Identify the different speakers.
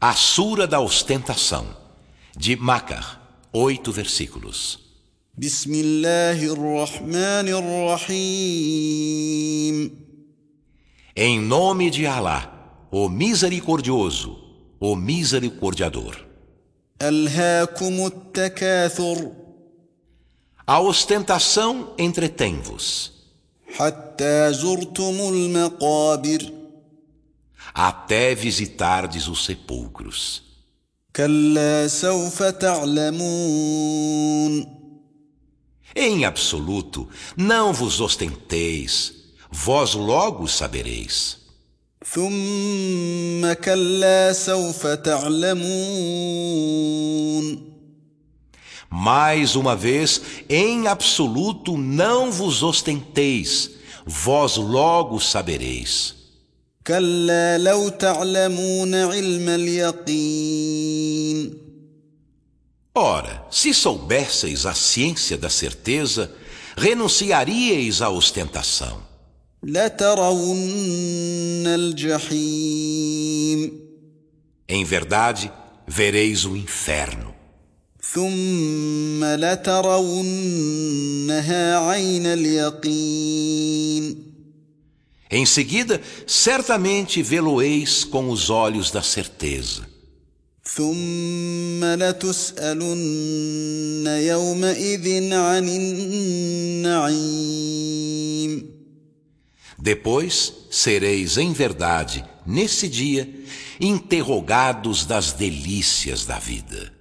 Speaker 1: A Sura da Ostentação, de Macar, oito versículos.
Speaker 2: بسم الله الرحمن الرحيم
Speaker 1: Em nome de Alá, o Misericordioso, o Misericordiador.
Speaker 2: ألهاكم التكاثر
Speaker 1: A ostentação entretém-vos,
Speaker 2: حتى زرتم المقابر
Speaker 1: até visitardes os sepulcros.
Speaker 2: كلا سوف تعلمون
Speaker 1: Em absoluto, não vos ostenteis, vós logo sabereis.
Speaker 2: ثم كلا سوف تعلمون
Speaker 1: Mais uma vez, em absoluto não vos ostenteis, vós logo sabereis.
Speaker 2: كلا لو تعلمون علم اليقين
Speaker 1: Ora, se soubesseis a ciência da certeza, renunciaríeis à ostentação.
Speaker 2: لترون الجحيم
Speaker 1: Em verdade, vereis o inferno.
Speaker 2: ثم لترونها عين اليقين
Speaker 1: Em seguida, certamente vê-lo-eis com os olhos da certeza.
Speaker 2: ثم لتسالن يومئذ عن النعيم
Speaker 1: Depois sereis, em verdade, nesse dia, interrogados das delícias da vida.